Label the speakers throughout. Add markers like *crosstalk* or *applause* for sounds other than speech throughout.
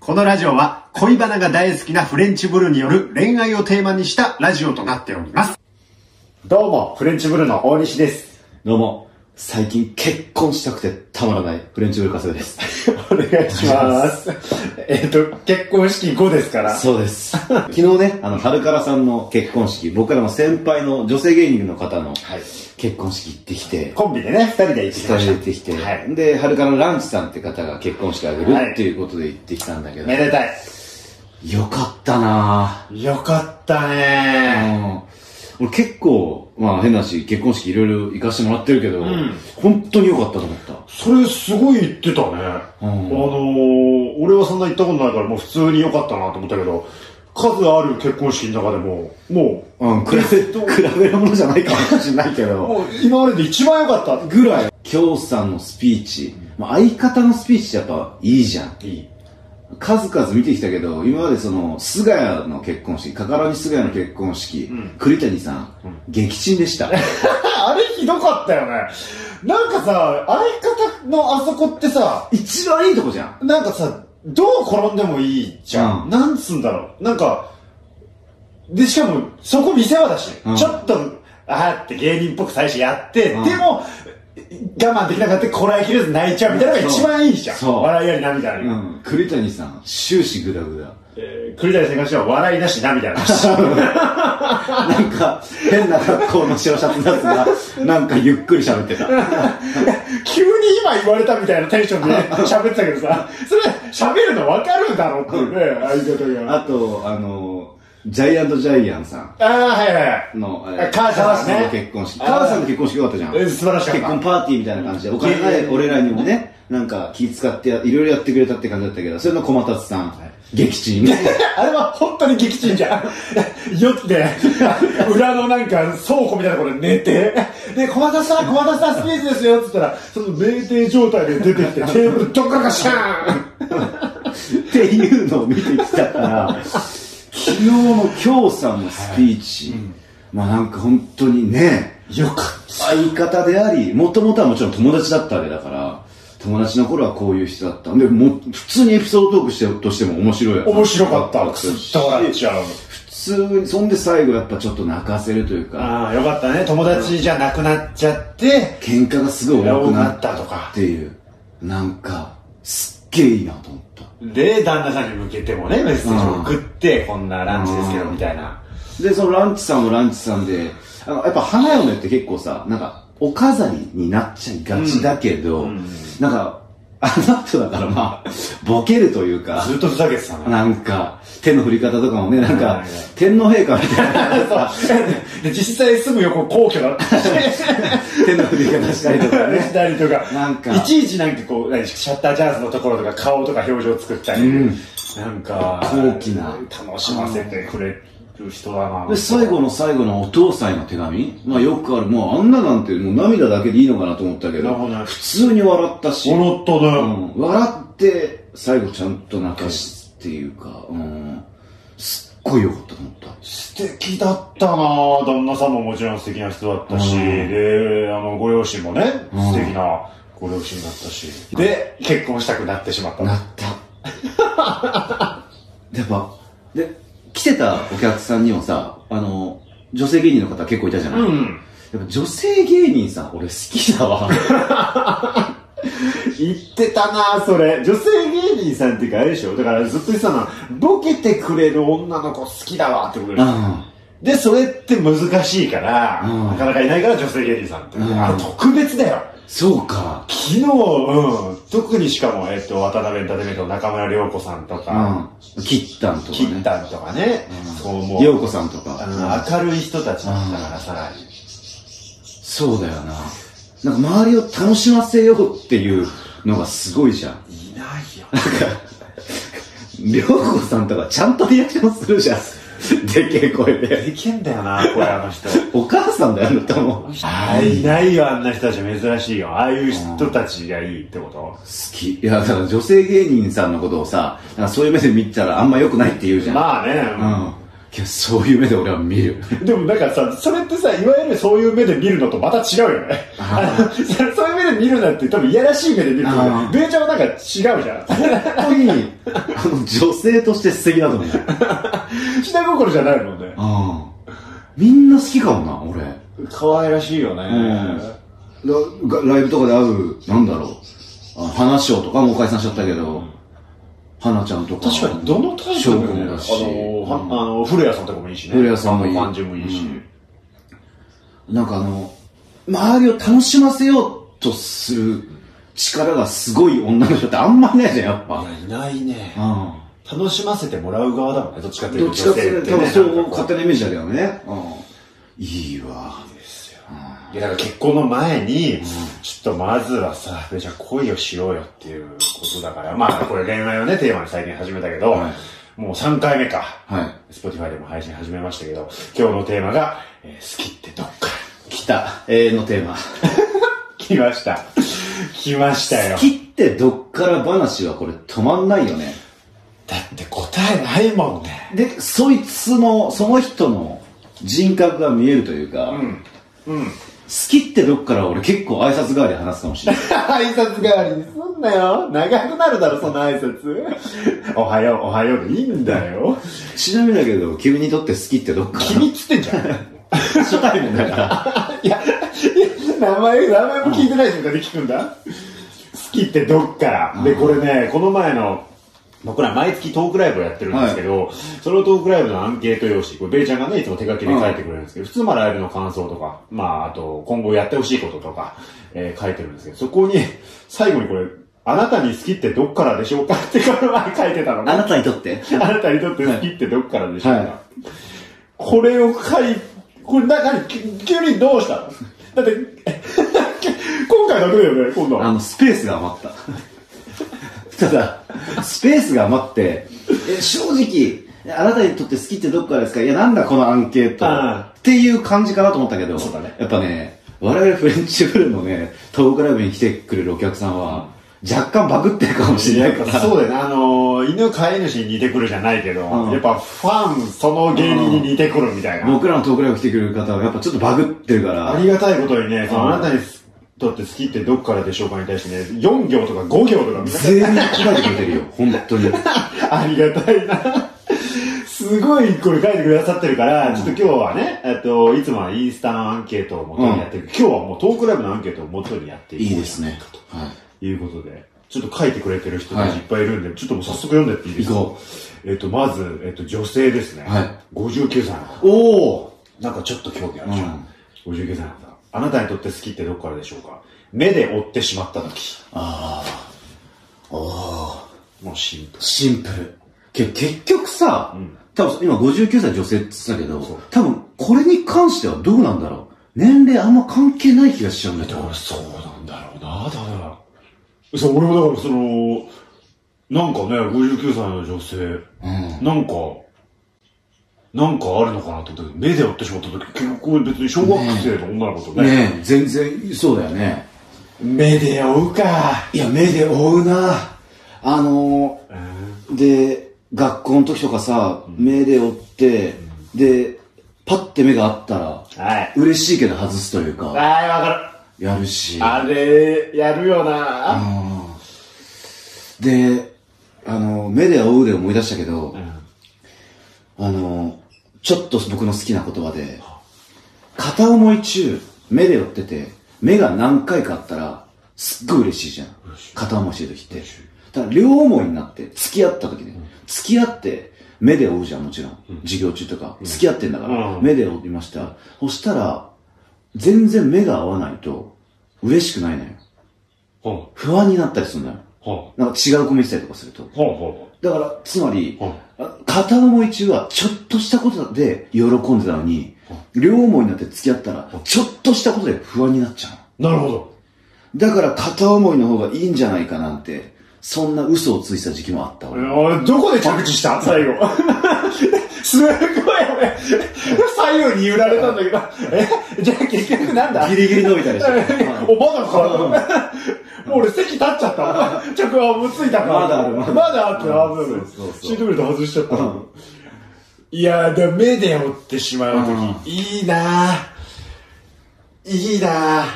Speaker 1: このラジオは恋バナが大好きなフレンチブルによる恋愛をテーマにしたラジオとなっております。どうも、フレンチブルの大西です。
Speaker 2: どうも、最近結婚したくてたまらないフレンチブルカセです。
Speaker 1: お願いします。 *laughs* えっと、結婚式後ですから
Speaker 2: そうです。昨日ね、あの、春からさんの結婚式、僕らの先輩の女性芸人の方の
Speaker 1: はい
Speaker 2: 結婚式行ってきて、
Speaker 1: コンビでね、二人で行ってきま
Speaker 2: 伝え
Speaker 1: してた。
Speaker 2: 行ってきて、
Speaker 1: はい。
Speaker 2: で、春からのランチさんって方が結婚してあげる
Speaker 1: はい
Speaker 2: っていうことで行ってきたんだけど、
Speaker 1: めでたい。
Speaker 2: よかったな
Speaker 1: よかった
Speaker 2: ぁ
Speaker 1: ね
Speaker 2: うん俺結構、まあ変な話、結婚式いろいろ行かしてもらってるけど、
Speaker 1: ん
Speaker 2: 本当によかったと思った。
Speaker 1: それすごい言ってたね。あのー、俺はそんな行ったことないからもう普通に良かったなと思ったけど、数ある結婚式の中でも、もう、
Speaker 2: うん、比べ、比べるものじゃないかもしれないけど。
Speaker 1: もう今までで一番良かった。
Speaker 2: ぐらい、京さんのスピーチ、まあ、相方のスピーチってやっぱいいじゃん。
Speaker 1: いい。
Speaker 2: 数々見てきたけど、今までその、菅谷の結婚式、カカラニ菅谷の結婚式、
Speaker 1: うん
Speaker 2: 栗谷さん、
Speaker 1: うん
Speaker 2: 撃沈
Speaker 1: *laughs*
Speaker 2: でした。
Speaker 1: あれひどかったよね。なんかさ、相方のあそこってさ、
Speaker 2: 一番いいとこじゃん。
Speaker 1: なんかさ、どう転んでもいいじゃん。
Speaker 2: うん
Speaker 1: なんつうんだろう。なんか、で、しかも、そこ見せ場だし、
Speaker 2: うん
Speaker 1: ちょっと、あーって芸人っぽく最初やって、
Speaker 2: うん
Speaker 1: でも、我慢できなかったこらえきれず泣いちゃうみたいなのが一番いいじゃん。
Speaker 2: そう
Speaker 1: 笑いあり涙あり。
Speaker 2: うん。栗谷さん、終始グダグダ。
Speaker 1: えー栗谷さんに関しては笑いなし涙な
Speaker 2: *laughs*
Speaker 1: し。
Speaker 2: なんか、変な格好の白シャツだ
Speaker 1: *laughs*
Speaker 2: ったら、なんかゆっくり喋ってた。
Speaker 1: 急に今言われたみたいなテンションで喋ってたけど
Speaker 2: *laughs*
Speaker 1: さ、それ喋るの分かるだろうっていうね、相方が。
Speaker 2: あと、あの、ジャイアントジャイアンさん
Speaker 1: ああ、はいはいはい。
Speaker 2: の、え
Speaker 1: あ母さんね
Speaker 2: 母の結婚式。母さんの結婚式よかったじゃん。
Speaker 1: え素晴らしかった。
Speaker 2: 結婚パーティーみたいな感じで、お金
Speaker 1: いやいや
Speaker 2: ないい
Speaker 1: や
Speaker 2: 俺らにもね、なんか気使ってやいろいろやってくれたって感じだったけど、それの小松さん、撃沈。
Speaker 1: あれは本当に激沈じゃん。酔って、裏のなんか倉庫みたいなところで寝て、で、小松さん、小松さんスペースですよって言ったら、その酩酊状態で出 *laughs* てきて、テーブルどっかがシャーン
Speaker 2: っていうのを見てきた
Speaker 1: *laughs*
Speaker 2: から、昨日の京さんのスピーチ、まあなんか本当にね、
Speaker 1: よかっ
Speaker 2: 相方であり、もともとはもちろん友達だったわけだから、友達の頃はこういう人だった。でも、普通にエピソードトークしてとしても面白いやつ
Speaker 1: た。面白かった。
Speaker 2: だ
Speaker 1: く
Speaker 2: し
Speaker 1: すった笑っちゃう。
Speaker 2: 普通に、そんで最後やっぱちょっと泣かせるというか、
Speaker 1: ああ、よかったね。友達じゃなくなっちゃって、
Speaker 2: 喧嘩がすごい多
Speaker 1: 多
Speaker 2: く
Speaker 1: く
Speaker 2: な
Speaker 1: なっ
Speaker 2: った
Speaker 1: とか
Speaker 2: っ。ていう、なんか、すっげえいいなと思った。
Speaker 1: で、旦那さんに向けてもね、メッセージを送って、こんなランチですけど、
Speaker 2: うん
Speaker 1: みたいな。
Speaker 2: で、そのランチさんもランチさんで、あの、やっぱ花嫁って結構さ、なんか、お飾りになっちゃいがちだけど、
Speaker 1: うんうん
Speaker 2: なんか、あの人だからまあ、ボケるというか、
Speaker 1: ずっとふざけてたの。
Speaker 2: なんか、手の振り方とかもね、なん
Speaker 1: はい
Speaker 2: か
Speaker 1: はい、
Speaker 2: 天皇陛下みたいな
Speaker 1: そう *laughs* で実際すぐ横皇居だったし
Speaker 2: *laughs* 手の振り方したりとかね。
Speaker 1: したりとか
Speaker 2: なんか
Speaker 1: いちいちなんかこう何シャッターチャンスのところとか顔とか表情作ったり、
Speaker 2: うん
Speaker 1: なんか
Speaker 2: 高貴な
Speaker 1: 楽しませてくれる人だな
Speaker 2: で、最後の最後のお父さんへの手紙まあよくある、もうあんななんてもう涙だけでいいのかなと思ったけ
Speaker 1: なる
Speaker 2: ど、
Speaker 1: ほどね
Speaker 2: 普通に笑ったし、
Speaker 1: 笑った
Speaker 2: う
Speaker 1: ね、
Speaker 2: ん笑って最後ちゃんと泣かすっていうか、うん、すっごい良かったと思った。
Speaker 1: 素敵だったなぁ旦那さんももちろん素敵な人だったし、
Speaker 2: うん
Speaker 1: であのご両親もね、
Speaker 2: うん
Speaker 1: 素敵なご両親だったしで結婚したくなってしまった
Speaker 2: なった。 *laughs* やっぱ、で、来てたお客さんにもさ、あの、女性芸人の方結構いたじゃない、
Speaker 1: うん
Speaker 2: やっぱ女性芸人さん俺好きだ
Speaker 1: *laughs*
Speaker 2: わ。
Speaker 1: 言ってたなそれ女性芸人さんっていうかあれでしょだからずっと言ってたのはボケてくれる女の子好きだわってことでしょ
Speaker 2: う
Speaker 1: でそれって難しいから、
Speaker 2: うん
Speaker 1: なかなかいないから女性芸人さんって、
Speaker 2: うん
Speaker 1: あれ特別だよ
Speaker 2: ん。そうか。
Speaker 1: 昨日、うん、特にしかも、えっと、渡辺エンターテインメントの中村涼子さんとか、
Speaker 2: うん。キッタンとか
Speaker 1: キッ
Speaker 2: ね。
Speaker 1: タンとかね、
Speaker 2: う
Speaker 1: そ
Speaker 2: ん
Speaker 1: うも
Speaker 2: よ
Speaker 1: う
Speaker 2: うこさんとか。
Speaker 1: あの明るい人たちだったからさ、
Speaker 2: そうだよな。なんか周りを楽しませようっていうのがすごいじゃん。
Speaker 1: いないよ。
Speaker 2: りょうこさんとかちゃんとリアクションするじゃん。でけえ声で。
Speaker 1: でけんだよな、これあの人。
Speaker 2: お母さんだよ、あなたも。好
Speaker 1: あいないよ、あんな人たち珍しいよ。ああいう人たちがいいってこと
Speaker 2: き。いや、だから女性芸人さんのことをさ、なんかそういう目で見てたらあんま良くないって言うじゃん。
Speaker 1: まあね、
Speaker 2: うん。いやそういう目で俺は見る。
Speaker 1: でもなんかさ、それってさ、いわゆるそういう目で見るのとまた違うよね。あのそ *laughs* そういう目で見るなんて多分いやらしい目で見るけ
Speaker 2: あ
Speaker 1: ど、
Speaker 2: ー
Speaker 1: ベイちゃんはなんか違うじゃん。 *laughs*
Speaker 2: 本当に、あの、女性として素敵だと思う。
Speaker 1: ひな心じゃないもんね。
Speaker 2: うん。みんな好きかもな、俺。
Speaker 1: 可愛らしいよね。
Speaker 2: ラライブとかで会う、なんだろう。あ花師匠とかもう解散しちゃったけど、花ちゃんとか。
Speaker 1: 確かに、どのタイプもね、
Speaker 2: 翔
Speaker 1: あ
Speaker 2: くん
Speaker 1: の
Speaker 2: だし
Speaker 1: ー、はあのー、古谷さんとかもいいしね。
Speaker 2: 古谷さんもいい
Speaker 1: あの感じもいいし。
Speaker 2: なんかあの、周りを楽しませようとする力がすごい女の人ってあんまいないじゃん、やっぱ。
Speaker 1: いやいないね。
Speaker 2: うん。
Speaker 1: 楽しませてもらう側だもんね、どっちかっていうと。
Speaker 2: どっちかっていうと、多
Speaker 1: 女
Speaker 2: 分
Speaker 1: 性
Speaker 2: そ
Speaker 1: ってね
Speaker 2: う、
Speaker 1: なんかこ
Speaker 2: 勝手なイメージだけどね。うん。いいわ。
Speaker 1: ういや、だから結婚の前に、ちょっとまずはさ、じゃあ恋をしようよっていうことだから、まあ、これ恋愛をね、テーマに最近始めたけど、
Speaker 2: は
Speaker 1: もう3回目か。
Speaker 2: は
Speaker 1: Spotify でも配信始めましたけど、今日のテーマが、えー好きってどっから *laughs*
Speaker 2: い。来た。永遠のテーマ。
Speaker 1: 来ました。来ましたよ
Speaker 2: 好。きってどっから話はこれ止まんないよね。
Speaker 1: だって答えないもんね。
Speaker 2: で、そいつの、その人の人格が見えるというか、好
Speaker 1: うん。
Speaker 2: きってどっから俺結構挨拶代わりで話すかもしれ
Speaker 1: *laughs*
Speaker 2: ない。
Speaker 1: *laughs* 挨拶代わりにすんなよ。長くなるだろ、その挨拶。 *laughs* おはよう、おはようでいいんだ *laughs* よ。
Speaker 2: ちなみにだけど、君にとって好きってどっから
Speaker 1: 君っつってんじゃん。
Speaker 2: 初対面だから。
Speaker 1: いや、名前、名前も聞いてない人から聞くんだ。好きってどっから。で、これね、この前の、僕ら毎月トークライブをやってるんですけど、そのトークライブのアンケート用紙、これ、ベイちゃんがね、いつも手書きで書いてくれるんですけど、普通まあライブの感想とか、まあ、あと、今後やってほしいこととか、えー書いてるんですけど、そこに、最後にこれ、あなたに好きってどっからでしょうかってこの前書いてたのね
Speaker 2: *laughs* あなたにとって
Speaker 1: あなたにとって好きってどっからでしょうか、
Speaker 2: はい
Speaker 1: これを書い、これ中に急急にどうしたのだって、 *laughs* 今回だけだよね、今度
Speaker 2: あ
Speaker 1: は。
Speaker 2: の、スペースが余 *laughs* った。ただ、スペースが余って、え正直、あなたにとって好きってどっからですかいや、なんだこのアンケート。
Speaker 1: うん
Speaker 2: っていう感じかなと思ったけど、
Speaker 1: そうだね
Speaker 2: やっぱね、我々フレンチブルーのね、トークライブに来てくれるお客さんは、若干バグってるかもしれないから。
Speaker 1: そうだよね、あのー犬飼い主に似てくるじゃないけど、
Speaker 2: うん
Speaker 1: やっぱファン、その芸人に似てくるみたいな。
Speaker 2: 僕らのトークライブ来てくれる方は、やっぱちょっとバグってるから。
Speaker 1: ありがたいことにね、その
Speaker 2: うん
Speaker 1: あなたにとって好きってどっからでしょうかに対してね、4行とか5行とかみんな
Speaker 2: 全員答えてくれてるよ、本当に。
Speaker 1: *laughs* ありがたいな。すごいこれ書いてくださってるから、ちょっと今日はね、えっと、いつもはインスタのアンケートを元にやってる、今日はもうトークライブのアンケートを元にやっていこう
Speaker 2: いいですね。はい。
Speaker 1: ということで、ちょっと書いてくれてる人たちいっぱいいるんで、ちょっともう早速読んでっていいですか
Speaker 2: 行こ
Speaker 1: えっと、まず、えっと、女性ですね。
Speaker 2: はい
Speaker 1: 59歳の方。
Speaker 2: おお
Speaker 1: なんかちょっと興味あるじゃん。59歳の方。あなたにとって好きってどこからでしょうか目で追ってしまった時。もうシンプル。
Speaker 2: シンプル。け結局さ、多分今59歳女性って言ってたけど
Speaker 1: そう、
Speaker 2: 多分これに関してはどうなんだろう。年齢あんま関係ない気がしちゃうんだけど。
Speaker 1: そうなんだろうな、だから。そう、俺もだからその、なんかね、59歳の女性、
Speaker 2: うん。
Speaker 1: なんか、なんかあるのかなと思ったけど、目で追ってしまった時、結局別に小学生の女の子とね、
Speaker 2: ねえ、全然、そうだよね。
Speaker 1: 目で追うか。
Speaker 2: いや、目で追うなあのー、で、学校の時とかさ、目で追って、で、パッて目があったら、
Speaker 1: はい。
Speaker 2: 嬉しいけど外すという
Speaker 1: あ
Speaker 2: か、
Speaker 1: ー、わか
Speaker 2: やるし。
Speaker 1: る。あれ、やるよな。
Speaker 2: うんで、あの、目で追うで思い出したけど、あの、ちょっと僕の好きな言葉で、片思い中、目で追ってて、目が何回かあったら、すっごい嬉しいじゃん
Speaker 1: 嬉しい。
Speaker 2: 片思いしてる時って
Speaker 1: 嬉しい。
Speaker 2: だから両思いになって、付き合った時ね。付き合って、目で追うじゃん、もちろん。授業中とか。付き合ってんだから、
Speaker 1: うん
Speaker 2: 目で追いました。そしたら、全然目が合わないと、嬉しくないのよ。
Speaker 1: ほん、
Speaker 2: 不安になったりするんだよ。
Speaker 1: ほん、
Speaker 2: なんか違う子見せたりとかすると。
Speaker 1: ほん、ほ
Speaker 2: だから、つまり
Speaker 1: うん、
Speaker 2: あ片思い中はちょっとしたことで喜んでたのに、両思いになって付き合ったら、ちょっとしたことで不安になっちゃう。
Speaker 1: ん。なるほど。
Speaker 2: だから片思いの方がいいんじゃないかなんて、そんな嘘をついてた時期もあった俺。
Speaker 1: 俺、どこで着地した最後。 *laughs* すごい俺、左右に揺られたんだけど、えじゃあ結局なんだ。
Speaker 2: ギリギリ伸びたりして
Speaker 1: お、まだか。もう俺席立っちゃった。着はもうついたから。
Speaker 2: まだある
Speaker 1: まだあって、あ、危ない
Speaker 2: そうそうそう
Speaker 1: シートベルト外しちゃった。いやーだ目で追ってしまう時、いいなぁいいなぁ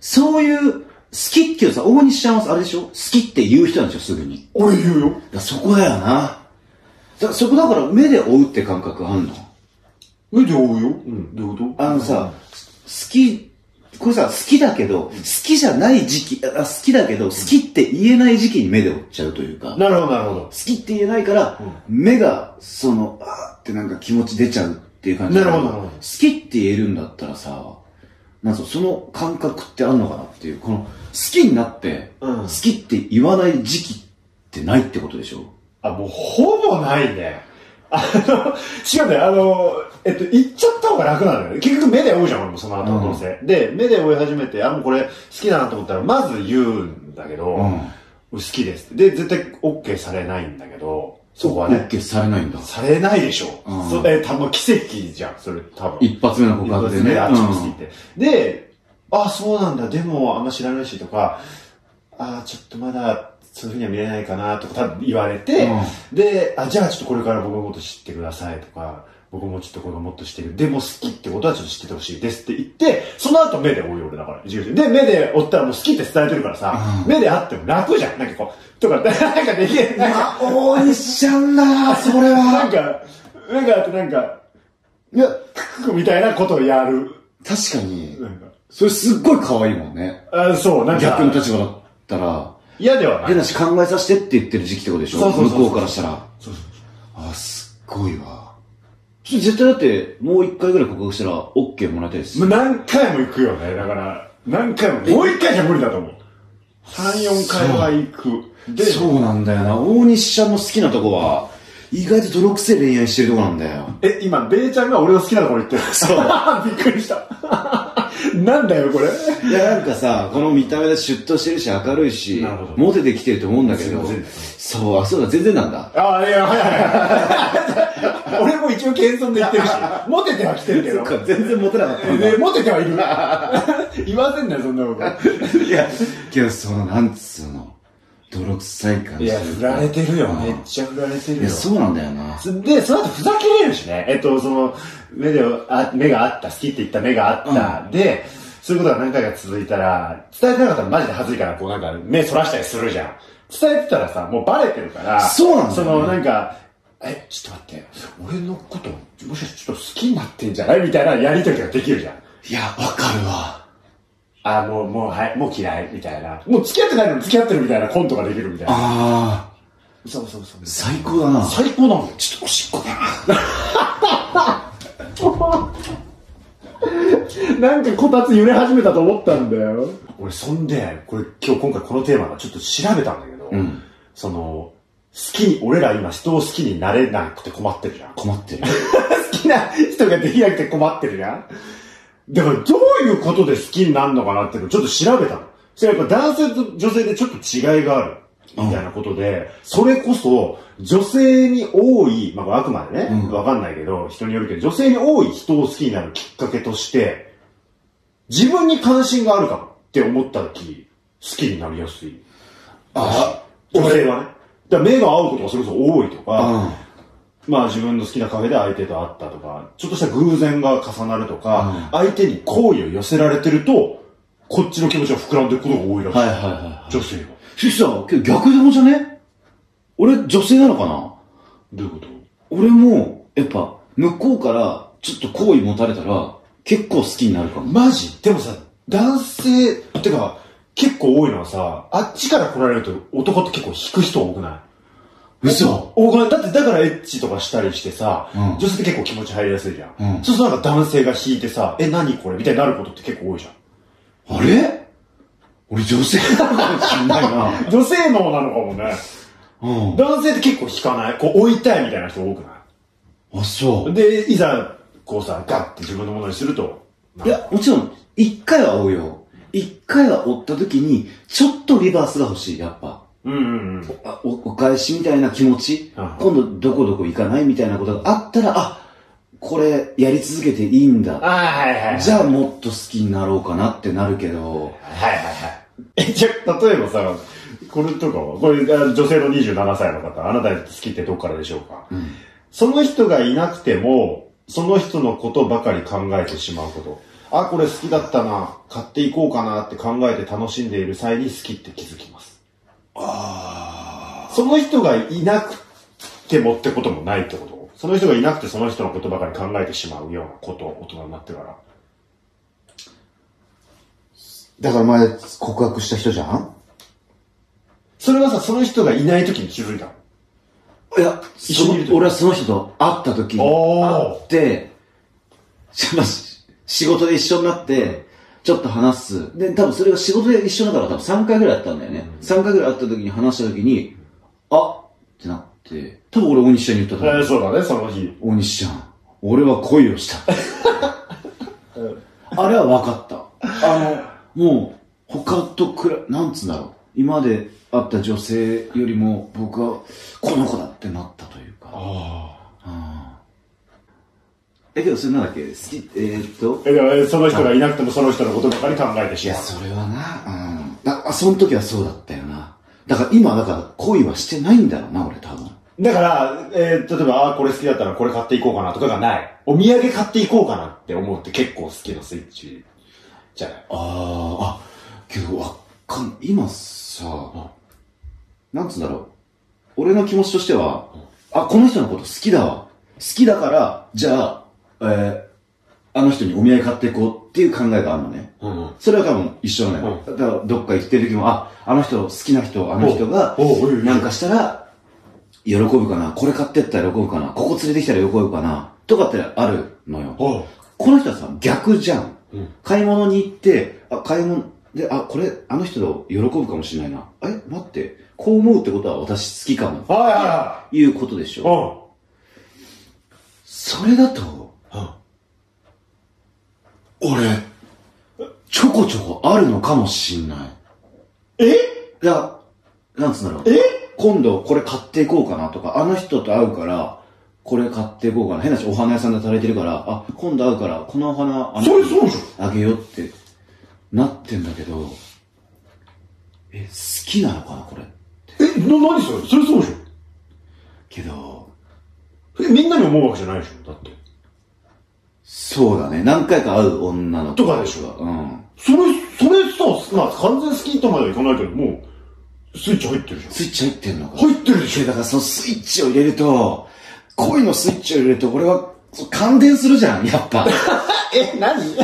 Speaker 2: そういう、好きっていうさ、大西ちゃんはさ、あれでしょ好きって言う人なんでしょ、すぐに。
Speaker 1: 俺言うよ
Speaker 2: だからそこだよな。だからそこだから目で追うって感覚あんの
Speaker 1: 目で追うよ、どういうこと
Speaker 2: あのさ、好き、これさ、好きだけど、好きじゃない時期、あ好きだけど、好きって言えない時期に目で追っちゃうというか、好
Speaker 1: なるほどなるほど
Speaker 2: きって言えないから、目が、その、あーってなんか気持ち出ちゃうっていう感じ
Speaker 1: なるほどなるほど
Speaker 2: 好きって言えるんだったらさ、なんかその感覚ってあんのかなっていう、この、好きになって、
Speaker 1: うん
Speaker 2: 好きって言わない時期ってないってことでしょ
Speaker 1: あもうほぼないねあの違うんだよあのえっと言っちゃった方が楽なのよ結局目で追うじゃん俺もその後のどうせ、で目で追い始めてあもうこれ好きだなと思ったらまず言うんだけど、
Speaker 2: うん。
Speaker 1: 好きですってで絶対 OK されないんだけどそこはね
Speaker 2: OK されないんだ。
Speaker 1: されないでしょ。
Speaker 2: うん
Speaker 1: それ、多分奇跡じゃん、それ、多分。
Speaker 2: 一発目の告白でね。
Speaker 1: あっちこっち
Speaker 2: うん
Speaker 1: って。で、あ、そうなんだ、でもあんま知らないしとか、あ、ちょっとまだ、そういうふうには見れないかなとか多分言われて、で、あ、じゃあちょっとこれから僕のこと知ってくださいとか、僕もちょっとこのもっと知ってる。でも好きってことはちょっと知っててほしいですって言って、その後目で追い俺だから。一応で、目で追ったらもう好きって伝えてるからさ、目であっても楽じゃん。なんかこう、とか、 *laughs* なんかできる。なんか、
Speaker 2: あ、大西ちゃんだそれ
Speaker 1: なん
Speaker 2: は。
Speaker 1: か、なんかあってなんか、
Speaker 2: いや、
Speaker 1: ククみたいなことをやる。
Speaker 2: 確かに、
Speaker 1: なんか
Speaker 2: それすっごい可愛いもんね。
Speaker 1: あそう、なんか
Speaker 2: 逆の、立場だったら、
Speaker 1: 嫌ではない
Speaker 2: 変。なし考えさせてって言ってる時期ってことでしょ
Speaker 1: そうそうそうそう
Speaker 2: 向こうからしたら。あ、すっごいわ。ちょ絶対だって、もう一回ぐらい告白したら、OK もらいたいです
Speaker 1: もう。何回も行くよね。だから、何回も。もう一回じゃ無理だと思う。三、四回は行く。で、
Speaker 2: そうなんだよな。大西ちゃんの好きなとこは、意外と泥臭い恋愛してるとこなんだよ。
Speaker 1: え、今、ベイちゃんが俺の好きなところ言ってる。そう *laughs* びっくりした。 *laughs* なんだよ、これ。
Speaker 2: いや、なんかさ、この見た目でシュッとしてるし、明るいし
Speaker 1: なるほど、
Speaker 2: モテてきてると思うんだけど
Speaker 1: すいません、
Speaker 2: そう、あ、そうだ、全然なんだ。
Speaker 1: ああ、いや、はいはいはい。 *laughs* 俺も一応謙遜で言ってるし、 *laughs* モテては来てるけど。
Speaker 2: 全然モテなかったんだ。
Speaker 1: ね、モテてはい *laughs* る。言わせんなよ、そんなこと。
Speaker 2: いや、けどその、なんつうの、泥臭い感じ。
Speaker 1: いや、振られてるよ。
Speaker 2: うん
Speaker 1: めっちゃ振られてる
Speaker 2: い
Speaker 1: よ
Speaker 2: や、。そうなんだよな。
Speaker 1: で、その後ふざけれるしね。えっと、その、目で、あ目があった、好きって言った目があった、で、そういうことが何回か続いたら、伝えてなかったらマジで恥ずいから、こうなんか目そらしたりするじゃん。伝えてたらさ、もうバレてるから、
Speaker 2: そうなんだよね
Speaker 1: その、なんか、え、ちょっと待って、俺のこと、もしかしてちょっと好きになってんじゃないみたいなやりとりができるじゃん。
Speaker 2: いや、わかるわ。
Speaker 1: あ、もう、もう、はい、もう嫌い、みたいな。もう付き合ってないのに付き合ってるみたいなコントができるみたいな。
Speaker 2: ああ、
Speaker 1: そうそうそう。
Speaker 2: 最高だな。
Speaker 1: 最高なのよ。
Speaker 2: ちょっとおしっこだな。
Speaker 1: *laughs* なんかこたつ揺れ始めたと思ったんだよ。俺、そんで、これ今日今回このテーマがちょっと調べたんだけど、
Speaker 2: ん
Speaker 1: その、好き、俺ら今人を好きになれなくて困ってるじゃん。好
Speaker 2: 困ってる。
Speaker 1: きな人ができなくて困ってるじゃん。だからどういうことで好きになるのかなっていうのをちょっと調べたの。それやっぱ男性と女性でちょっと違いがある。みたいなことで、それこそ、女性に多い、まあ、あくまでね、わ、かんないけど、人によるけど、女性に多い人を好きになるきっかけとして、自分に関心があるかもって思った時、好きになりやすい。
Speaker 2: あ
Speaker 1: 女性はね。だから目が合うことがそれこそ多いとか、
Speaker 2: あ、
Speaker 1: まあ自分の好きなカフェで相手と会ったとか、ちょっとした偶然が重なるとか、相手に好意を寄せられてると、こっちの気持ちが膨らんでいくことが多いらしい。
Speaker 2: はいはいはい。
Speaker 1: 女性は。
Speaker 2: そしたら、けど逆でもじゃね俺、女性なのかな
Speaker 1: どういうこと
Speaker 2: 俺も、やっぱ、向こうから、ちょっと好意持たれたら、結構好きになるかも。
Speaker 1: マジでもさ、男性、てか、結構多いのはさ、あっちから来られると男って結構引く人多くない
Speaker 2: 嘘
Speaker 1: 多くないだってだからエッチとかしたりしてさ、
Speaker 2: うん
Speaker 1: 女性って結構気持ち入りやすいじゃん。
Speaker 2: うん
Speaker 1: そうするとなんか男性が引いてさ、え、何これみたいになることって結構多いじゃん。
Speaker 2: あれ俺女性なのかもしんないな。
Speaker 1: 女性脳なのかもね。
Speaker 2: う。
Speaker 1: 男性って結構引かない。こう追いたいみたいな人多くなん
Speaker 2: あ、そう
Speaker 1: い。で、いざ、こうさ、ガッて自分のものにすると、
Speaker 2: いや、もちろん、一回は追うよ。一回は追った時に、ちょっとリバースが欲しい、やっぱ。
Speaker 1: うんうんうん。
Speaker 2: あおお返しみたいな気持ち、
Speaker 1: うん
Speaker 2: 今度どこどこ行かないみたいなことがあったら、あ、これやり続けていいんだ。
Speaker 1: ああ、はいはいはい。
Speaker 2: じゃあもっと好きになろうかなってなるけど、
Speaker 1: はいはいはい。え、じゃあ、例えばさ、これとかは、これ、あ女性の27歳の方、あなた好きってどっからでしょうか、その人がいなくても、その人のことばかり考えてしまうこと。あ、これ好きだったな、買っていこうかなって考えて楽しんでいる際に好きって気づきます。ああ。その人がいなくてもってこともないってことその人がいなくてその人のことばかり考えてしまうようなこと、大人になってから。
Speaker 2: だから前告白した人じゃん
Speaker 1: それはさ、その人がいない時に気づいたの。
Speaker 2: いや、
Speaker 1: 一緒にいる
Speaker 2: そ
Speaker 1: 時
Speaker 2: の俺はその人と会った時に、
Speaker 1: おー
Speaker 2: 会って、 *laughs* しまあし仕事で一緒になって、ちょっと話す。で、多分それが仕事で一緒だから多分3回ぐらいあったんだよね。3回ぐらい会った時に話した時に、あってなって、多分俺大西ちゃんに言ったと思う
Speaker 1: えーそうだね、その日。
Speaker 2: 大西ちゃん、俺は恋をした。 *laughs* あれは分かった。あの、もう、他とくら、なんつうんだろう。今まで会った女性よりも、僕は、この子だってなったというか。
Speaker 1: あ
Speaker 2: え、けど、それなんだっけ好き、えーっと
Speaker 1: あ。。え、でも、えーその人がいなくてもその人のことばかり考えて
Speaker 2: い
Speaker 1: し
Speaker 2: や、
Speaker 1: まう。
Speaker 2: それはな、うん。だあ、その時はそうだったよな。だから今、だから恋はしてないんだろうな、俺多分。
Speaker 1: だから、えー例えば、あーこれ好きだったらこれ買っていこうかなとかがない。お土産買っていこうかなって思うって結構好きなスイッチじゃない。
Speaker 2: ああ、あ、けどわかん、今さ、なんつうんだろう。俺の気持ちとしては、あ、この人のこと好きだわ。好きだから、じゃあ、えー、あの人にお土産買っていこうっていう考えがあるのね。
Speaker 1: うん。
Speaker 2: それは多分一緒なのよ。だからどっか行ってる時も、あ、あの人、好きな人、あの人が、
Speaker 1: おうおう
Speaker 2: なんかしたら、喜ぶかな、これ買ってったら喜ぶかな、ここ連れてきたら喜ぶかな、とかってあるのよ。
Speaker 1: おう
Speaker 2: この人はさ、逆じゃん。
Speaker 1: うん
Speaker 2: 買い物に行って、あ、買い物、で、あ、これ、あの人と喜ぶかもしれないな。え、待って、こう思うってことは私好きかも。
Speaker 1: はいは
Speaker 2: いうことでし
Speaker 1: い
Speaker 2: ょ。
Speaker 1: は
Speaker 2: それだと、
Speaker 1: い。うん。
Speaker 2: 俺、ちょこちょこあるのかもしんない。
Speaker 1: え
Speaker 2: いや、なんつうんだろう。
Speaker 1: え
Speaker 2: 今度これ買っていこうかなとか、あの人と会うから、これ買っていこうかな。変な話、お花屋さんで働いてるから、あ、今度会うから、このお花、あの
Speaker 1: それそうじ
Speaker 2: あげようってなってんだけど、え、好きなのかな、これ。
Speaker 1: ゃん。え、な、何それそれそうじ
Speaker 2: けど、
Speaker 1: ゃん。え、みんなに思うわけじゃないでしょだって。
Speaker 2: そうだね。何回か会う女の子
Speaker 1: とかでしょ
Speaker 2: うん。
Speaker 1: それ、それさ、まあ完全好きとまではいかないけど、もう、スイッチ入ってるじゃん。
Speaker 2: スイッチ入ってんのか。
Speaker 1: 入ってるでし
Speaker 2: けどだからそのスイッチを入れると、恋のスイッチを入れると、俺は、そう感電するじゃん、やっ
Speaker 1: *laughs*
Speaker 2: ぱ。
Speaker 1: ょ。え、何
Speaker 2: い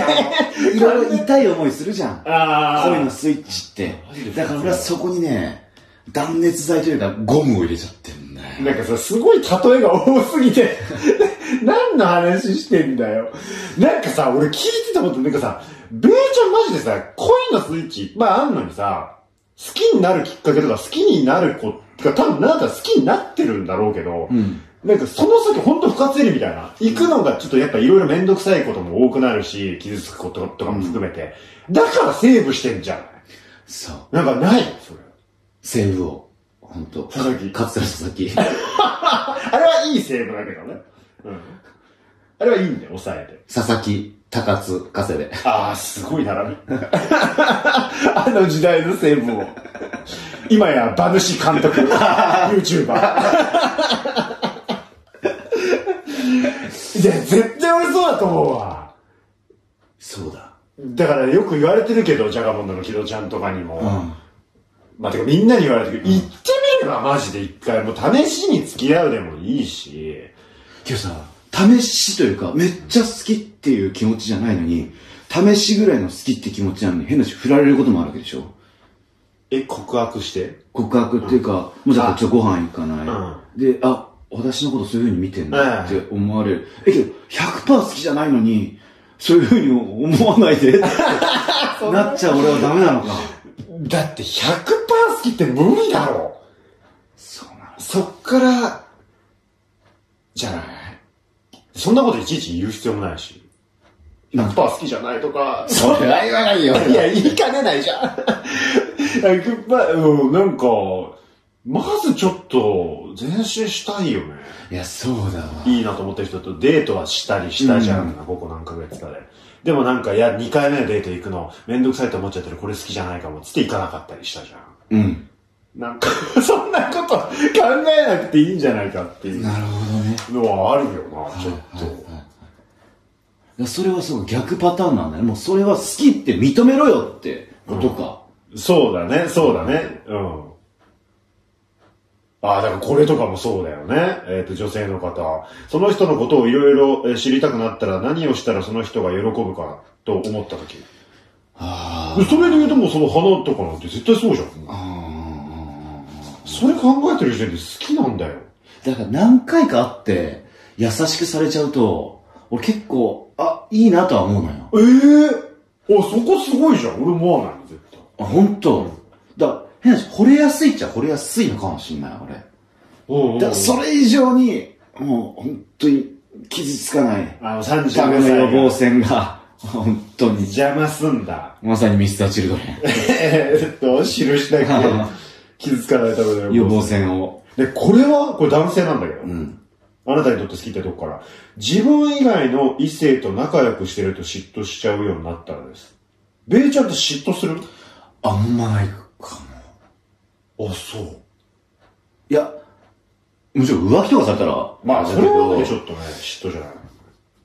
Speaker 2: ろいろ痛い思いするじゃん。
Speaker 1: あ
Speaker 2: 恋
Speaker 1: ー
Speaker 2: の。スイッチって
Speaker 1: マジで。
Speaker 2: だから俺はそこにね、断熱材というかゴムを入れちゃってんだよ。
Speaker 1: なんかさ、すごい例えが多すぎて、 *laughs* 何の話してんだよ。なんかさ、俺聞いてたこと、なんかさ、ベイちゃんマジでさ、恋のスイッチいっぱいあんのにさ、好きになるきっかけとか、好きになる子が多分なんか好きになってるんだろうけど、
Speaker 2: うん。
Speaker 1: なんかその先ほんと深ついるみたいな。行くのがちょっとやっぱいろいろめんどくさいことも多くなるし、傷つくこととかも含めて。だからセーブしてんじゃん。
Speaker 2: そう。
Speaker 1: なんかないそれ。
Speaker 2: セーブを。ほんと。
Speaker 1: 佐々木
Speaker 2: かつての佐々木。
Speaker 1: あれはいいセーブだけどね。うん。あれはいいんだよ、抑えて。
Speaker 2: 佐々木、高津、加瀬で。
Speaker 1: ああ、すごい並び。 *laughs* あの時代のセーブを。今や、馬主監督、YouTuber。いや、絶対俺そうだと思うわ。
Speaker 2: そうだ。
Speaker 1: だからよく言われてるけど、ジャガモンドの木戸ちゃんとかにも。
Speaker 2: うん。
Speaker 1: まあ、てかみんなに言われてるけど、行ってみればマジで一回、もう試しに付き合うでもいいし。
Speaker 2: けどさ、試しというか、めっちゃ好きっていう気持ちじゃないのに、試しぐらいの好きって気持ちなのに、変なし、振られることもあるわけでしょ
Speaker 1: え、告白して
Speaker 2: 告白っていうか、もうじゃあこっちはご飯行か
Speaker 1: うん
Speaker 2: ない。で、あ、私のことそういう風に見てんだっ
Speaker 1: う
Speaker 2: て思われる。え、けど、100%好きじゃないのに、そういう風に思わない *laughs* でってなっちゃう俺はダメなのか。
Speaker 1: だって100%好きって無理だろ。
Speaker 2: そうなの。
Speaker 1: そっから、じゃない。そんなこといちいち言う必要もないし。100%好きじゃないとか。
Speaker 2: それは言わないよ。
Speaker 1: いや、言いかねないじ *laughs* ゃん。100%、うん、なんか、まずちょっと、前進したいよね。
Speaker 2: いや、そうだわ。
Speaker 1: いいなと思ってる人とデートはしたりしたじゃん、ここ何ヶ月かで。でもなんか、いや、2回目のデート行くの、めんどくさいと思っちゃってる、これ好きじゃないかも、つって行かなかったりしたじゃん。
Speaker 2: うん。
Speaker 1: なんか、そんなこと考えなくていいんじゃないかっていう。
Speaker 2: なるほどね。
Speaker 1: のはあるよな、ちょっと。
Speaker 2: いやそれはそう、逆パターンなんだよね。もうそれは好きって認めろよってことか。
Speaker 1: そうだね、そうだね。うん。ああ、だからこれとかもそうだよね。えっ、と、女性の方。その人のことをいろいろえー知りたくなったら何をしたらその人が喜ぶかと思ったとき。
Speaker 2: あ
Speaker 1: それで言うともうその花とかなんて絶対そうじゃん。
Speaker 2: ああ
Speaker 1: それ考えてる時点で好きなんだよ。
Speaker 2: ー。だから何回かあって、優しくされちゃうと、俺結構、あ、いいなとは思うのよ。
Speaker 1: ええお、そこすごいじゃん。俺思わないの、絶対。
Speaker 2: あ、ほんと。だから、変な話、惚れやすいっちゃ惚れやすいのかもしんない、俺。
Speaker 1: うん、
Speaker 2: だからそれ以上に、もう本当に傷つかない。
Speaker 1: あの、35
Speaker 2: ダ
Speaker 1: 歳
Speaker 2: メの
Speaker 1: が
Speaker 2: 予防線が、 *laughs* 本当に。
Speaker 1: 邪魔すんだ。
Speaker 2: まさにミスターチルドレ
Speaker 1: *laughs* えっと、印だけ傷つかないための
Speaker 2: ン。予防線を。
Speaker 1: で、これは、これ男性なんだけど、
Speaker 2: うん。
Speaker 1: あなたにとって好きってとこから、自分以外の異性と仲良くしてると嫉妬しちゃうようになったらです。ベイちゃんと嫉妬する
Speaker 2: あんまないかも。
Speaker 1: あ、そう。
Speaker 2: いや、むしろ浮気とかされたら、
Speaker 1: まあ、
Speaker 2: れ
Speaker 1: そ
Speaker 2: だ
Speaker 1: れ
Speaker 2: け
Speaker 1: はね、ち
Speaker 2: ど
Speaker 1: ょっとね、嫉妬じゃない。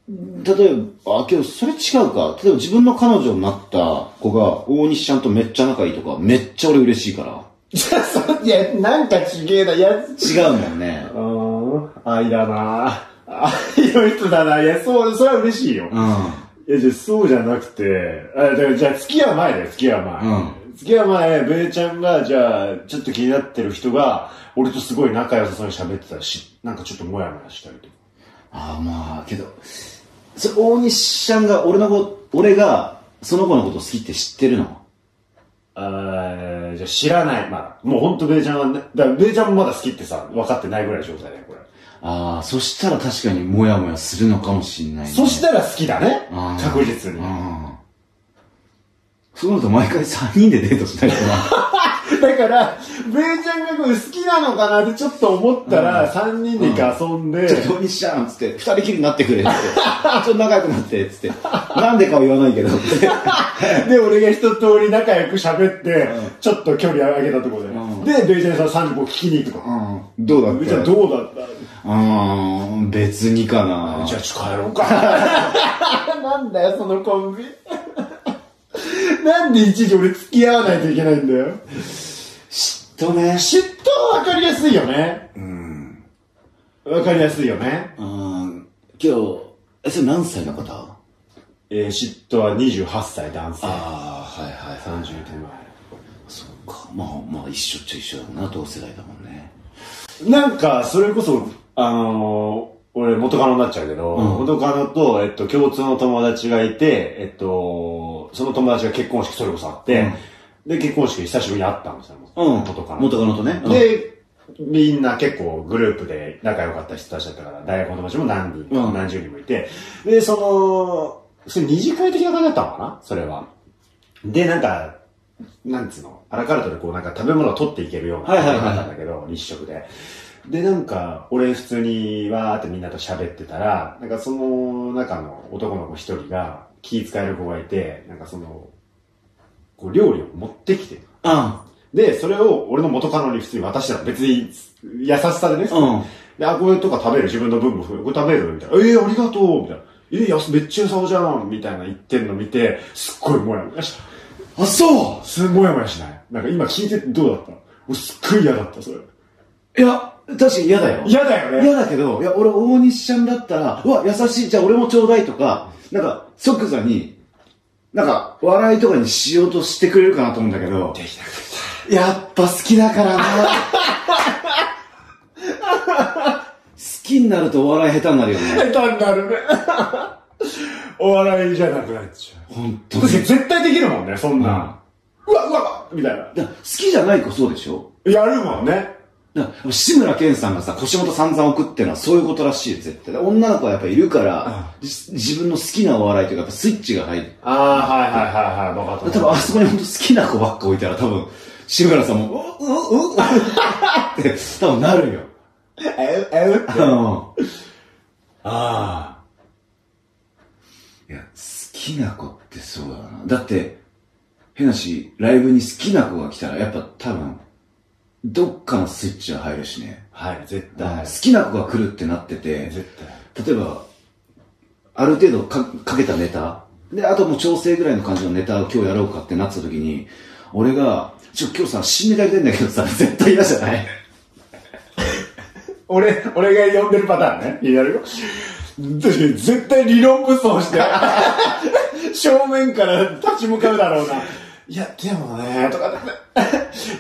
Speaker 2: 例えば、あ、けどそれ違うか。例えば自分の彼女になった子が、大西ちゃんとめっちゃ仲いいとか、めっちゃ俺嬉しいから。
Speaker 1: じゃあ、そ、いや、なんかちげえな、いや、
Speaker 2: 違うんだよね。
Speaker 1: うーん、愛だな愛の人だな。いや、そう、それは嬉しいよ。
Speaker 2: う
Speaker 1: いや、じゃあそうじゃなくて、あだからじゃあ付き合う前だよ、付き合う前。
Speaker 2: う
Speaker 1: 付き合う前、ベイちゃんが、じゃあ、ちょっと気になってる人が、俺とすごい仲良さそうに喋ってたらし、なんかちょっとモヤモヤしたりとか。
Speaker 2: ああ、まあ、けど、それ大西ちゃんが、俺の子、俺が、その子のこと好きって知ってるの
Speaker 1: あーじゃあ知らない、まだ。もうほんとベイちゃんはね、だからベイちゃんもまだ好きってさ、分かってないぐらいの状態だよ、これ。
Speaker 2: ああ、そしたら確かにモヤモヤするのかもしれない、ね。
Speaker 1: そしたら好きだね
Speaker 2: あ。ー
Speaker 1: 確実に。
Speaker 2: うん。そうなると毎回3人でデートしないと
Speaker 1: *laughs*
Speaker 2: な。
Speaker 1: だから、ベイちゃんがこれ好きなのかなってちょっと思ったら、3人で遊んで、
Speaker 2: ちょっとどうにしちゃうんつって、二人きりになってくれっつって、ちょっと仲良くなってっつって、なんでかは言わないけどって。
Speaker 1: *laughs* で、俺が一通り仲良く喋って、ちょっと距離上げたところで。
Speaker 2: うん
Speaker 1: で、ベイちゃんさん35聞きに行くと。
Speaker 2: うん、どうだっ
Speaker 1: ベ
Speaker 2: た
Speaker 1: イちゃんどうだった
Speaker 2: うーん、別にかな。
Speaker 1: じゃあちょっと帰ろうか。 *laughs* なんだよ、そのコンビ。 *laughs* なんでいちいち俺付き合わないといけないんだよ。
Speaker 2: 嫉妬ね。
Speaker 1: 嫉妬はわかりやすいよね。
Speaker 2: うん。
Speaker 1: わかりやすいよね。
Speaker 2: うん、今日、え、それ何歳の方あ
Speaker 1: えー、嫉妬は28歳男性。
Speaker 2: あー、はいはいはい。
Speaker 1: 30手前。
Speaker 2: そっか。まあまあ一緒っちゃ一緒だもんな、同世代だもんね。
Speaker 1: なんか、それこそ、あのー俺、元カノになっちゃうけど、
Speaker 2: うん
Speaker 1: 元カノと、えっと、共通の友達がいて、えっと、その友達が結婚式それこそあって、で、結婚式久しぶりに会ったんですよ、
Speaker 2: うん。
Speaker 1: 元カノ。
Speaker 2: 元カノとね。うん、
Speaker 1: で、みんな結構グループで仲良かった人たちだったから、大学の友達も何人、
Speaker 2: うん
Speaker 1: 何十人もいて、で、その、それ二次会的な感じだったのかなそれは。で、なんか、なんつうの、アラカルトでこうなんか食べ物を取っていけるような
Speaker 2: はいはいはい
Speaker 1: 感じだったんだけど、立食で。で、なんか、俺普通にわーってみんなと喋ってたら、なんかその中の男の子一人が気遣える子がいて、なんかその、こう料理を持ってきて、
Speaker 2: うん。
Speaker 1: で、それを俺の元カノに普通に渡したの。別に優しさでね。
Speaker 2: うん。
Speaker 1: で、あ、これとか食べる、自分の分も含め、これ食べるみたいな。ええありがとうみたいな。えやすめっちゃ優さじゃんみたいな言ってんの見て、すっごいもやもやした。
Speaker 2: あ、そ
Speaker 1: すごいもやもやしない。なんか今聞いててどうだった俺すっごい嫌だった、それ。
Speaker 2: ういや、確かに嫌だよ。
Speaker 1: 嫌だよね。
Speaker 2: 嫌だけど、いや、俺、大西ちゃんだったら、うわ、優しい、じゃあ俺もちょうだいとか、なんか、即座に、なんか、笑いとかにしようとしてくれるかなと思うんだけど、
Speaker 1: できなかっ
Speaker 2: やっぱ好きだからな *laughs* 好きになるとお笑い下手になるよね。
Speaker 1: た。下手になるね。 *laughs* お笑いじゃなくなっちゃう。
Speaker 2: 本当に。
Speaker 1: 確かに絶対できるもんね、そんな。うわ、うわみたいな。
Speaker 2: だから好きじゃない子そうでしょ
Speaker 1: やるもんね。
Speaker 2: だから志村けんさんがさ、腰元散々送ってのはそういうことらしいよ、絶対。女の子はやっぱいるから、じ自分の好きなお笑いというか、やっぱスイッチが入る。
Speaker 1: ああ、はいはいはいはい、分かった。
Speaker 2: 多分あそこに本当好きな子ばっか置いたら多分、志村さんも、う、う、う、う、って多分なるよ。
Speaker 1: え、え、
Speaker 2: う
Speaker 1: ああ。
Speaker 2: ん。いや、好きな子ってそうだな。だって、変なし、ライブに好きな子が来たらやっぱ多分、どっかのスイッチは入るしね。
Speaker 1: はい、絶
Speaker 2: 好
Speaker 1: 対。
Speaker 2: きな子が来るってなってて、
Speaker 1: 絶対。
Speaker 2: 例えば、ある程度かかけたネタ、で、あともう調整ぐらいの感じのネタを今日やろうかってなってた時に、俺が、ちょ、今日さ、新ネタ入れてんだけどさ、絶対嫌じゃない
Speaker 1: 俺、俺が呼んでるパターンね。やるよ。絶対理論武装 *laughs* して、正面から立ち向かうだろうな。いや、でもね、とかね、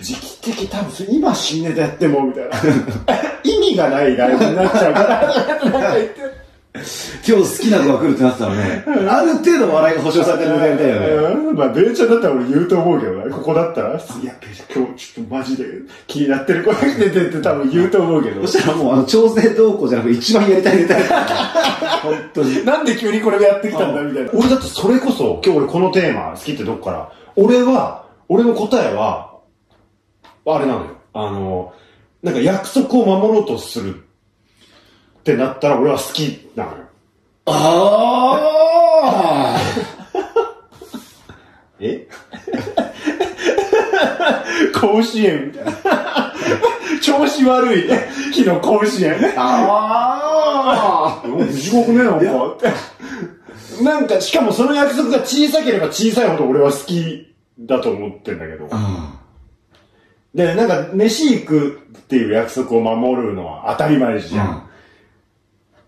Speaker 1: 時期的多分、今新ネタやっても、みたいな。意味がないライブになっちゃうから、なんか言って。
Speaker 2: 今日好きな子が来るってなってたらね、ある程度笑いが保証されてるネタみたいよね。
Speaker 1: うんまあ、ベイちゃんだったら俺言うと思うけどね、ここだったら。いや、ベイちゃん今日ちょっとマジで気になってる子が出てって多分言うと思うけど
Speaker 2: そ。したらもう、あの、調整動向じゃなくて一番やりたいネタ。本当に。
Speaker 1: なんで急にこれがやってきたんだみたいな。俺だってそれこそ、今日俺このテーマ好きってどっから、俺は、俺の答えは、あれなのよ。あの、なんか約束を守ろうとするってなったら俺は好きなのよ。
Speaker 2: あ
Speaker 1: え *laughs* 甲子園みたいな。調子悪い日の甲子園。
Speaker 2: あああ
Speaker 1: 地獄ね、なんか。なんか、しかもその約束が小さければ小さいほど俺は好きだと思ってんだけど。で、なんか、飯行くっていう約束を守るのは当たり前じゃん。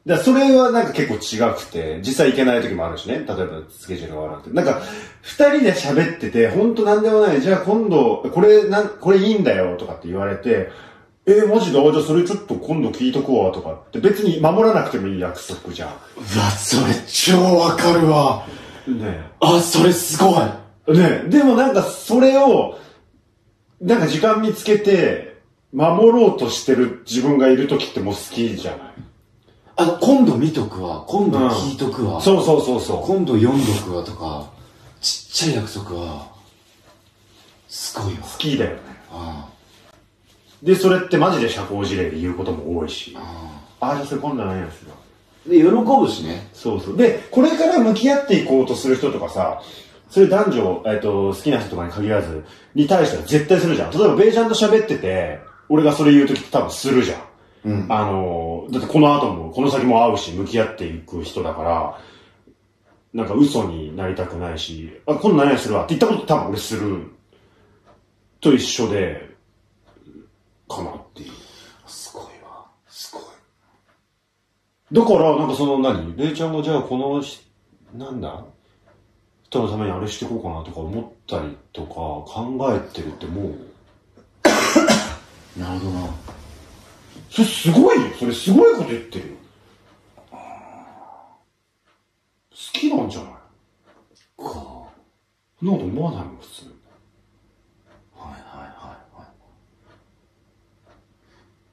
Speaker 1: だからそれはなんか結構違くて、実際行けない時もあるしね。例えばスケジュールが合わなくて。なんか、二人で喋ってて、ほんとなんでもない。じゃあ今度、これ、なん、これいいんだよとかって言われて、えー、マジだ、あじゃあそれちょっと今度聞いとこうわとかって、別に守らなくてもいい約束じゃ
Speaker 2: うわ、それ超わかるわ。
Speaker 1: ん。ね
Speaker 2: あ、それすごい。
Speaker 1: え。ねえ。でもなんかそれを、なんか時間見つけて、守ろうとしてる自分がいる時ってもう好きじゃない
Speaker 2: あの、今度見とくわ。今度聞いとくわ。
Speaker 1: そうそうそうそう。
Speaker 2: 今度読んどくわとか、ちっちゃい約束は、すごいわ。
Speaker 1: 好きだよね。
Speaker 2: あ
Speaker 1: で、それってマジで社交辞令で言うことも多いし。ああ、じゃあそれ今度はないやつだ。
Speaker 2: で、喜ぶしね。
Speaker 1: そうそう。で、これから向き合っていこうとする人とかさ、それ男女、えっ、と、好きな人とかに限らず、に対しては絶対するじゃん。例えば、ベイちゃんと喋ってて、俺がそれ言うときって多分するじゃん。
Speaker 2: うん
Speaker 1: あのー、だってこの後も、この先も会うし、向き合っていく人だから、なんか嘘になりたくないし、あ、今度何々するわって言ったこと多分俺する。と一緒で、かなっていう。
Speaker 2: すごいわ。すごい。
Speaker 1: だから、なんかその何、レイちゃんがじゃあこのし、なんだ人のためにあれしていこうかなとか思ったりとか考えてるってもう、
Speaker 2: なるほどな。
Speaker 1: それすごいよそれすごいこと言ってるよ。好きなんじゃない
Speaker 2: こ
Speaker 1: そんなこと思わないもん、普通。
Speaker 2: う。はいはいは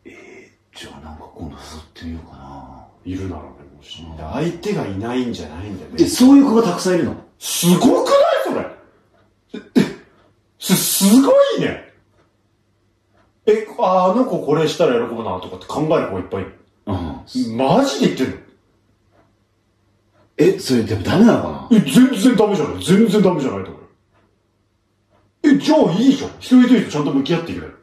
Speaker 2: いはい。えー、じゃあなんか今度誘ってみようかな。
Speaker 1: いるならね、もし。相手がいないんじゃないんだよ
Speaker 2: え、
Speaker 1: ね。
Speaker 2: そういう子がたくさんいるの
Speaker 1: すごくないそれす、すごいねえ、ああの子これしたら喜ぶなとかって考える子いっぱいいる。
Speaker 2: うん。
Speaker 1: マジで言ってんの
Speaker 2: え、それでもダメなのかな
Speaker 1: え、全然ダメじゃない。全然ダメじゃないと思うよ。え、じゃあいいじゃん。一人一人とちゃんと向き合ってくれる。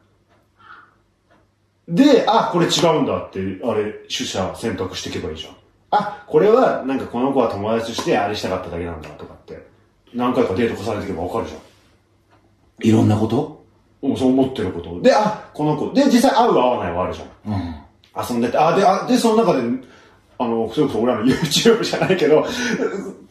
Speaker 1: で、あ、これ違うんだって、あれ、取捨選択していけばいいじゃん。あ、これは、なんかこの子は友達としてあれしたかっただけなんだとかって、何回かデート重ねていけばわかるじゃん。
Speaker 2: いろんなこと
Speaker 1: うんそう思ってること。で、あ、この子。で、実際会う合わないはあるじゃん。
Speaker 2: うん。
Speaker 1: 遊んでて、あ、で、あ、で、その中で、あの、それこそ俺らの YouTube じゃないけど、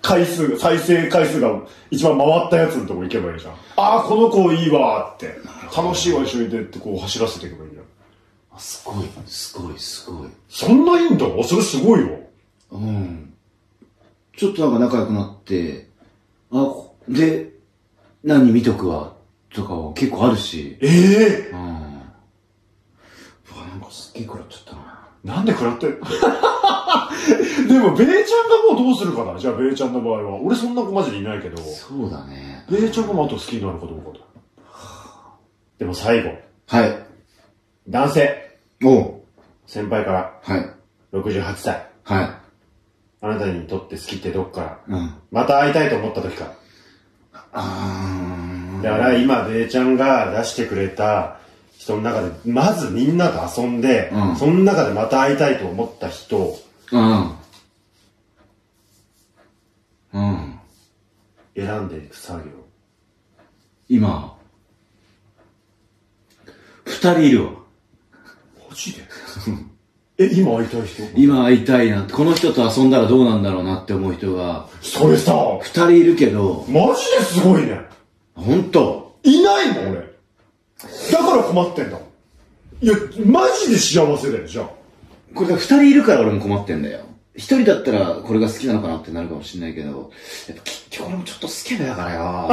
Speaker 1: 回数が、再生回数が一番回ったやつのとこ行けばいいじゃん。あー、この子いいわーって。楽しいわ、一緒にでってこう走らせていけばいいじゃん。
Speaker 2: あすごい、すごい、すごい。
Speaker 1: そんないいんだあそれすごいよ。
Speaker 2: うん。ちょっとなんか仲良くなって、あ、こで、何見とくわ、とかは結構あるし。
Speaker 1: ええ
Speaker 2: うん。うわ、なんかすっげえ食らっちゃったな。
Speaker 1: なんで食らってんの *laughs* でも、ベイちゃんがもうどうするかなじゃあ、ベイちゃんの場合は。俺そんな子マジでいないけど。
Speaker 2: そうだね。
Speaker 1: ベイちゃんがもあと好きになるかどうかと。でも最後、
Speaker 2: はい。
Speaker 1: 男性、
Speaker 2: おう。
Speaker 1: 先輩から
Speaker 2: はい。
Speaker 1: 68歳。
Speaker 2: は
Speaker 1: あなたにとって好きってどっから
Speaker 2: い。うん。
Speaker 1: また会いたいと思った時か。
Speaker 2: あー。
Speaker 1: だから今、ベイちゃんが出してくれた人の中で、まずみんなと遊んで、
Speaker 2: うん
Speaker 1: その中でまた会いたいと思った人、
Speaker 2: うん。うん。
Speaker 1: 選んでいく作業。
Speaker 2: 今、二人いるわ。
Speaker 1: マジでえ、今会いたい人
Speaker 2: 今会いたいなって、この人と遊んだらどうなんだろうなって思う人が、
Speaker 1: それさ、
Speaker 2: 二人いるけど、
Speaker 1: マジですごいね。
Speaker 2: ほんと、
Speaker 1: いないもん、俺。だから困ってんだもん。いや、マジで幸せだよ、じゃあ。
Speaker 2: これが二人いるから俺も困ってんだよ。一人だったらこれが好きなのかなってなるかもしれないけど、やっぱ結局俺もちょっとスケベだ *laughs* からよ。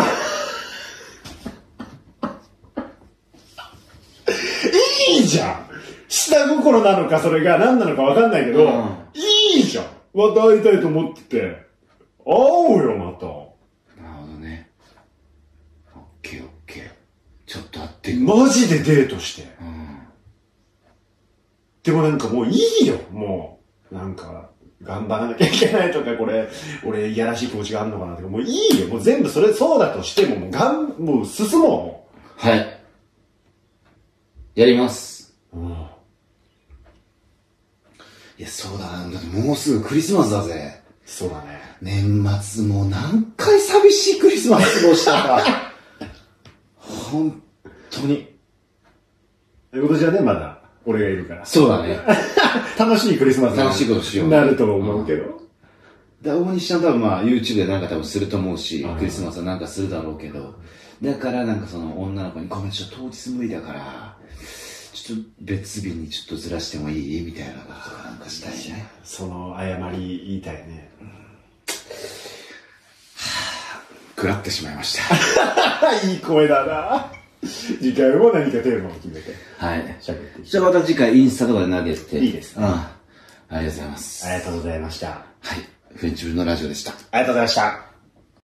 Speaker 1: いいじゃん下心なのかそれが何なのか分かんないけど、
Speaker 2: うん
Speaker 1: いいじゃんまた会いたいと思ってて、会おうよ、また。
Speaker 2: なるほどね。オッケーオッケー。ちょっと会ってく
Speaker 1: マジでデートして。
Speaker 2: うん。
Speaker 1: でもなんかもういいよ、もう。なんか、頑張らなきゃいけないとか、これ、俺、いやらしい気持ちがあるのかなとか、もういいよ、もう全部それ、そうだとしても、もう、がん、もう進も
Speaker 2: はい。やります。
Speaker 1: う。うん。
Speaker 2: いや、そうだな。だってもうすぐクリスマスだぜ。
Speaker 1: そうだね。
Speaker 2: 年末もう何回寂しいクリスマス過ごしたか。 *laughs* 本当に。
Speaker 1: 今年はね、まだ、俺がいるから。
Speaker 2: そうだね。
Speaker 1: 楽しいクリスマスに
Speaker 2: 楽しいことしよう
Speaker 1: なると思うけど。
Speaker 2: だ大西ちゃん多分まあ YouTube でなんか多分すると思うし
Speaker 1: うん、
Speaker 2: クリスマスはなんかするだろうけど、だからなんかその女の子に、ごめん、ちょっと当日無理だから、ちょっと別日にちょっとずらしてもいいみたいなこととかなんかしたいね。
Speaker 1: その、謝り言いたいね。
Speaker 2: 食らってしまいました。
Speaker 1: いい声だな。次回も何かテーマを決めて
Speaker 2: はい。
Speaker 1: 喋っていき
Speaker 2: じゃあまた次回インスタとかで投げて。
Speaker 1: いいです
Speaker 2: うん。ありがとうございます。
Speaker 1: ありがとうございました。
Speaker 2: はい。フレンチブルのラジオでした。
Speaker 1: ありがとうございました。